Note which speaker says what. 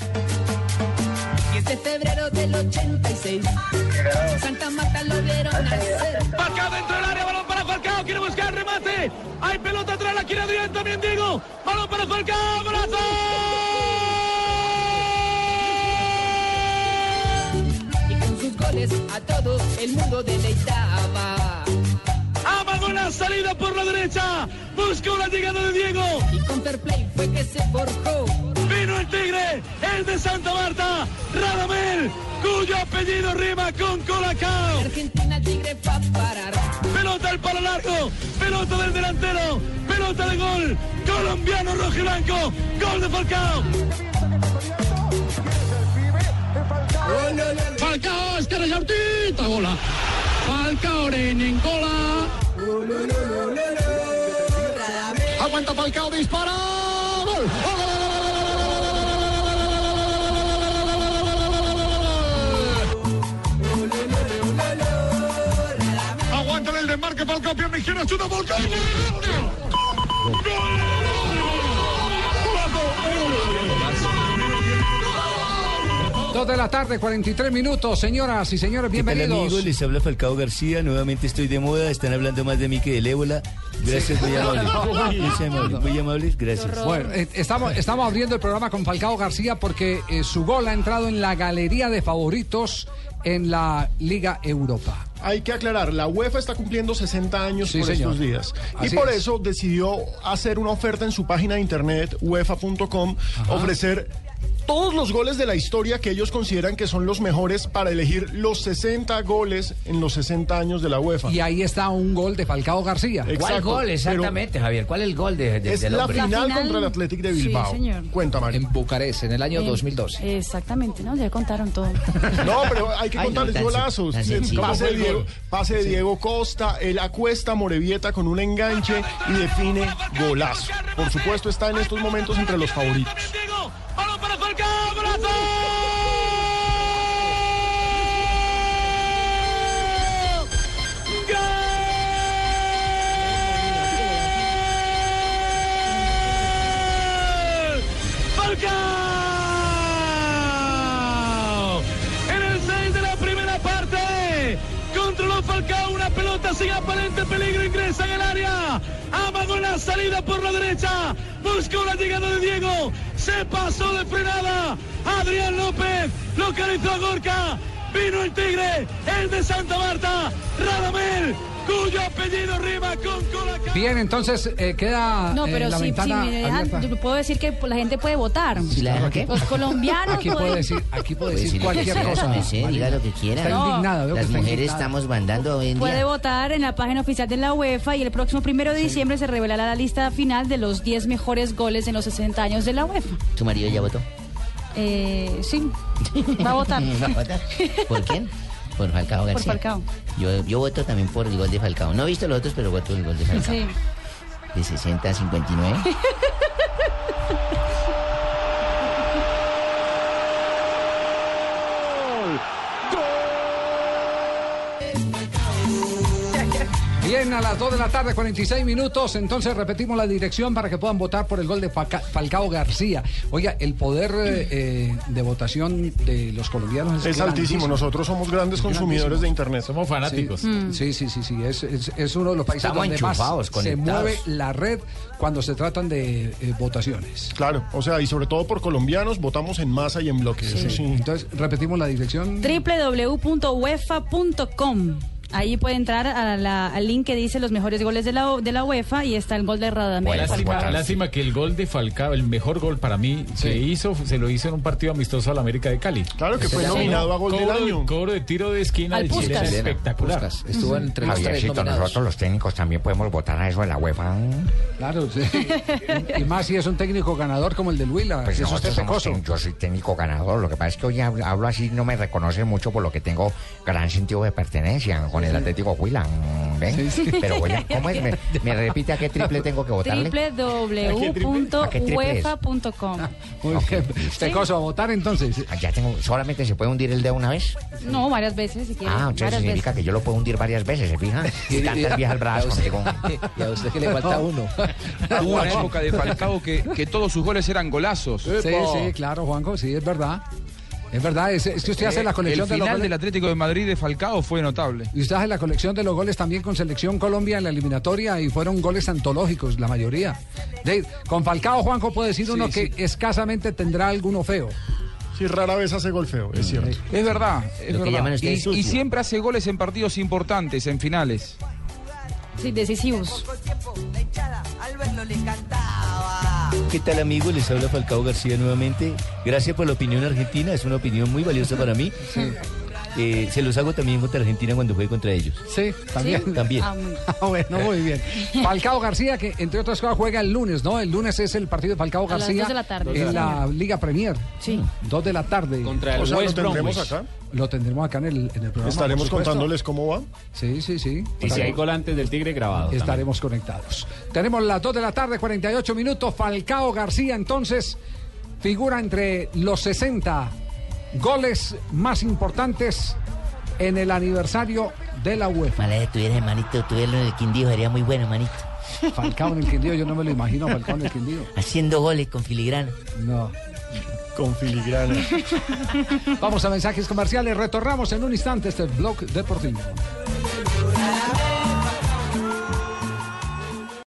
Speaker 1: 10 de febrero del 86. Santa Marta lo vieron nacer.
Speaker 2: Marcado dentro del área, balón para Falcao, quiere buscar remate. Hay pelota atrás, la quiere Adrián, también Diego. Balón para Falcao, brazo.
Speaker 1: Y con sus goles a todo el mundo deleitaba.
Speaker 2: Amaga una salida por la derecha. Busca una llegada de Diego.
Speaker 1: Y con fair play fue que se forjó.
Speaker 2: Vino el Tigre, el de Santa Marta, Radamel, cuyo apellido rima con Colacao.
Speaker 1: Argentina el Tigre va a parar.
Speaker 2: Pelota al palo largo, pelota del delantero, pelota de gol. Colombiano rojo y blanco, gol de Falcao. Falcao, Oscar Yautita, gola. Falcao, en gola. Aguanta Falcao, dispara. Gol. Aguanta el desmarque Falcao, pierna izquierda, chuta Falcao.
Speaker 3: Dos de la tarde, 43 minutos, señoras y señores,
Speaker 4: ¿Qué tal, amigos?
Speaker 3: bienvenidos.
Speaker 4: Les habla Falcao García. Nuevamente estoy de moda. Están hablando más de mí que del ébola. Gracias, muy amables. Muy amables, muy amables, gracias.
Speaker 3: Bueno, eh, estamos, estamos abriendo el programa con Falcao García porque eh, su gol ha entrado en la galería de favoritos en la Liga Europa.
Speaker 5: Hay que aclarar, la UEFA está cumpliendo 60 años
Speaker 3: Sí,
Speaker 5: por
Speaker 3: señor.
Speaker 5: estos días.
Speaker 3: Así
Speaker 5: y por
Speaker 3: es.
Speaker 5: eso decidió hacer una oferta en su página de internet, uefa.com, ofrecer todos los goles de la historia que ellos consideran que son los mejores para elegir los 60 goles en los 60 años de la UEFA.
Speaker 3: Y ahí está un gol de Falcao García.
Speaker 6: ¿Cuál
Speaker 5: Exacto,
Speaker 6: gol
Speaker 5: pero
Speaker 6: exactamente, Javier? ¿Cuál es el gol de, de-
Speaker 5: Es
Speaker 6: del
Speaker 5: la
Speaker 6: hombre?
Speaker 5: final,
Speaker 7: La final-
Speaker 5: contra el Athletic de
Speaker 7: Sí,
Speaker 5: Bilbao.
Speaker 7: señor.
Speaker 5: Cuenta, Mario.
Speaker 6: En Bucarest, en el año
Speaker 7: Eh,
Speaker 6: 2012.
Speaker 7: Exactamente, ¿no? Ya contaron todo.
Speaker 5: No, pero hay que
Speaker 6: Ay, no,
Speaker 5: contarles
Speaker 6: tan sen-
Speaker 5: golazos.
Speaker 6: tan sencillo.
Speaker 5: Pase de,
Speaker 6: Gol, gol.
Speaker 5: Diego, pase de Diego Costa, él acuesta a Morevieta con un enganche y define golazo. Por supuesto, está en estos momentos entre los favoritos.
Speaker 2: Diego, balón para Falcao, golazo. ¡Gol! ¡Falcao! En el 6 de la primera parte, controló Falcao una pelota sin aparente peligro, ingresa en el área, amagó la salida por la derecha, buscó la llegada de Diego, se pasó de frenada, Adrián López localizó a Gorka, vino el Tigre, el de Santa Marta, Radamel, cuyo apellido rima con Colacao.
Speaker 3: Bien, entonces eh, queda
Speaker 7: No,
Speaker 3: eh,
Speaker 7: pero
Speaker 3: la
Speaker 7: si, si
Speaker 3: ventana
Speaker 7: me dejan,
Speaker 3: abierta.
Speaker 7: yo puedo decir que la gente puede votar.
Speaker 6: ¿Si la deja qué?
Speaker 7: Los colombianos
Speaker 3: Aquí puede
Speaker 7: pueden-
Speaker 3: decir, aquí puede
Speaker 6: Puede
Speaker 3: decir
Speaker 6: decir lo que
Speaker 3: cualquier
Speaker 6: quiera,
Speaker 3: cosa.
Speaker 6: Pues no sé, diga lo que quiera.
Speaker 3: Está
Speaker 7: No,
Speaker 3: indignada, veo que
Speaker 6: Las
Speaker 3: está
Speaker 6: mujeres
Speaker 3: indignada.
Speaker 6: estamos mandando hoy en
Speaker 7: Puede
Speaker 6: día.
Speaker 7: votar en la página oficial de la UEFA y el próximo primero de diciembre se revelará la lista final de los 10 mejores goles en los 60 años de la UEFA.
Speaker 6: ¿Tu marido ya votó?
Speaker 7: Eh, sí, va a votar.
Speaker 6: ¿Va a votar? ¿Por quién? Por Falcao García.
Speaker 7: Falcao.
Speaker 6: Yo, yo voto también por el gol de Falcao. No he visto los otros, pero voto el gol de Falcao.
Speaker 7: Sí.
Speaker 6: De 60 a 59.
Speaker 3: Bien, a las 2 de la tarde, 46 minutos. Entonces repetimos la dirección para que puedan votar por el gol de Faca- Falcao García. Oiga, el poder eh, eh, de votación de los colombianos es,
Speaker 5: Es altísimo, nosotros somos grandes consumidores de Internet.
Speaker 8: Somos fanáticos.
Speaker 3: Sí, sí, sí, sí, sí, Es, es- es uno de los países
Speaker 6: Estamos
Speaker 3: donde más
Speaker 6: enchufados,
Speaker 3: se
Speaker 6: conectados.
Speaker 3: mueve la red cuando se tratan de eh, votaciones.
Speaker 5: Claro, o sea, y sobre todo por colombianos, votamos en masa y en bloque. Eso sí.
Speaker 3: Entonces, repetimos la dirección.
Speaker 7: www.uefa.com Ahí puede entrar a la- al link que dice los mejores goles de la, de la UEFA y está el gol de Radamel.
Speaker 8: Lástima,
Speaker 7: Falcao.
Speaker 8: lástima que el gol de Falcao, el mejor gol para mí, se hizo, se lo hizo en un partido amistoso al América de Cali.
Speaker 5: Claro que fue
Speaker 8: Ese
Speaker 5: nominado a gol del
Speaker 8: cobro-
Speaker 5: año.
Speaker 8: Cobro de tiro de esquina
Speaker 7: Al
Speaker 8: de Chile
Speaker 7: Puskás.
Speaker 8: es espectacular.
Speaker 3: Estuvo entre los tres
Speaker 9: Javiercito,
Speaker 3: nominados.
Speaker 9: nosotros los técnicos también podemos votar a eso de la UEFA.
Speaker 3: Claro, sí. y más si es un técnico ganador como el de Huila.
Speaker 9: Pues
Speaker 3: que eso
Speaker 9: nosotros
Speaker 3: es
Speaker 9: somos
Speaker 3: pecoso.
Speaker 9: técnicos, yo soy técnico ganador. Lo que pasa es que hoy hablo, hablo así, no me reconocen mucho por lo que tengo gran sentido de pertenencia con el Atlético Huila. ¿ven? Pero voy a, ¿cómo es? ¿Me, me repite a qué triple tengo que votarle?
Speaker 7: www.uefa.com
Speaker 3: Muy bien. Pecoso, a votar entonces.
Speaker 9: Ah, Ya tengo, solamente se puede hundir el dedo una vez.
Speaker 7: No, varias veces si quieres.
Speaker 9: Ah, entonces
Speaker 7: varias
Speaker 9: significa
Speaker 7: veces.
Speaker 9: que yo lo puedo hundir varias veces, ¿se fija? Y tantas viejas bravas conmigo.
Speaker 3: Y a usted que le falta uno.
Speaker 10: Hubo una época de Falcao que, que todos sus goles eran golazos.
Speaker 3: Sí, sí, claro, Juanjo, sí, es verdad. Es verdad, es, es que usted hace la colección
Speaker 10: el
Speaker 3: de los
Speaker 10: final
Speaker 3: goles.
Speaker 10: del Atlético de Madrid de Falcao fue notable.
Speaker 3: Y usted hace la colección de los goles también con Selección Colombia en la eliminatoria y fueron goles antológicos, la mayoría. De- con Falcao, Juanjo, puede decir uno que escasamente tendrá alguno feo.
Speaker 5: Sí, rara vez hace gol feo, es cierto.
Speaker 10: Es verdad, es
Speaker 6: Lo que llaman
Speaker 10: verdad.
Speaker 6: ustedes
Speaker 10: Y, y
Speaker 6: sucio.
Speaker 10: siempre hace goles en partidos importantes, en finales.
Speaker 7: Sí, decisivos.
Speaker 4: ¿Qué tal amigos? Les habla Falcao García nuevamente. Gracias por la opinión argentina, es una opinión muy valiosa para mí. Eh, se los hago también contra Argentina cuando juegue contra ellos.
Speaker 3: Sí, también.
Speaker 7: ¿Sí?
Speaker 4: También.
Speaker 7: Ah, muy-
Speaker 3: Ah, bueno, muy bien. Falcao García, que entre otras cosas juega el lunes, ¿no? El lunes es el partido de Falcao
Speaker 7: A las
Speaker 3: García
Speaker 7: dos de la tarde.
Speaker 3: en la Liga Premier.
Speaker 7: Sí.
Speaker 3: Dos de la tarde.
Speaker 10: Contra el
Speaker 5: O sea, lo
Speaker 10: West
Speaker 5: tendremos
Speaker 10: Bromwich.
Speaker 5: acá.
Speaker 3: Lo tendremos acá en el, en el programa.
Speaker 5: Estaremos
Speaker 3: por supuesto.
Speaker 5: contándoles cómo va.
Speaker 3: Sí, sí, sí.
Speaker 8: gol antes del Tigre grabado.
Speaker 3: Estaremos conectados. Tenemos las 2 de la tarde, 48 minutos. Falcao García, entonces, figura entre los 60 goles más importantes en el aniversario de la UEFA.
Speaker 6: Ojalá estuviera el manito, tuviera en el Quindío, sería muy bueno, manito.
Speaker 3: Falcao en el Quindío, yo no me lo imagino, a Falcao en el Quindío.
Speaker 6: Haciendo goles con filigrana.
Speaker 3: No.
Speaker 5: Con filigrana.
Speaker 3: Vamos a mensajes comerciales. Retornamos en un instante este blog deportivo.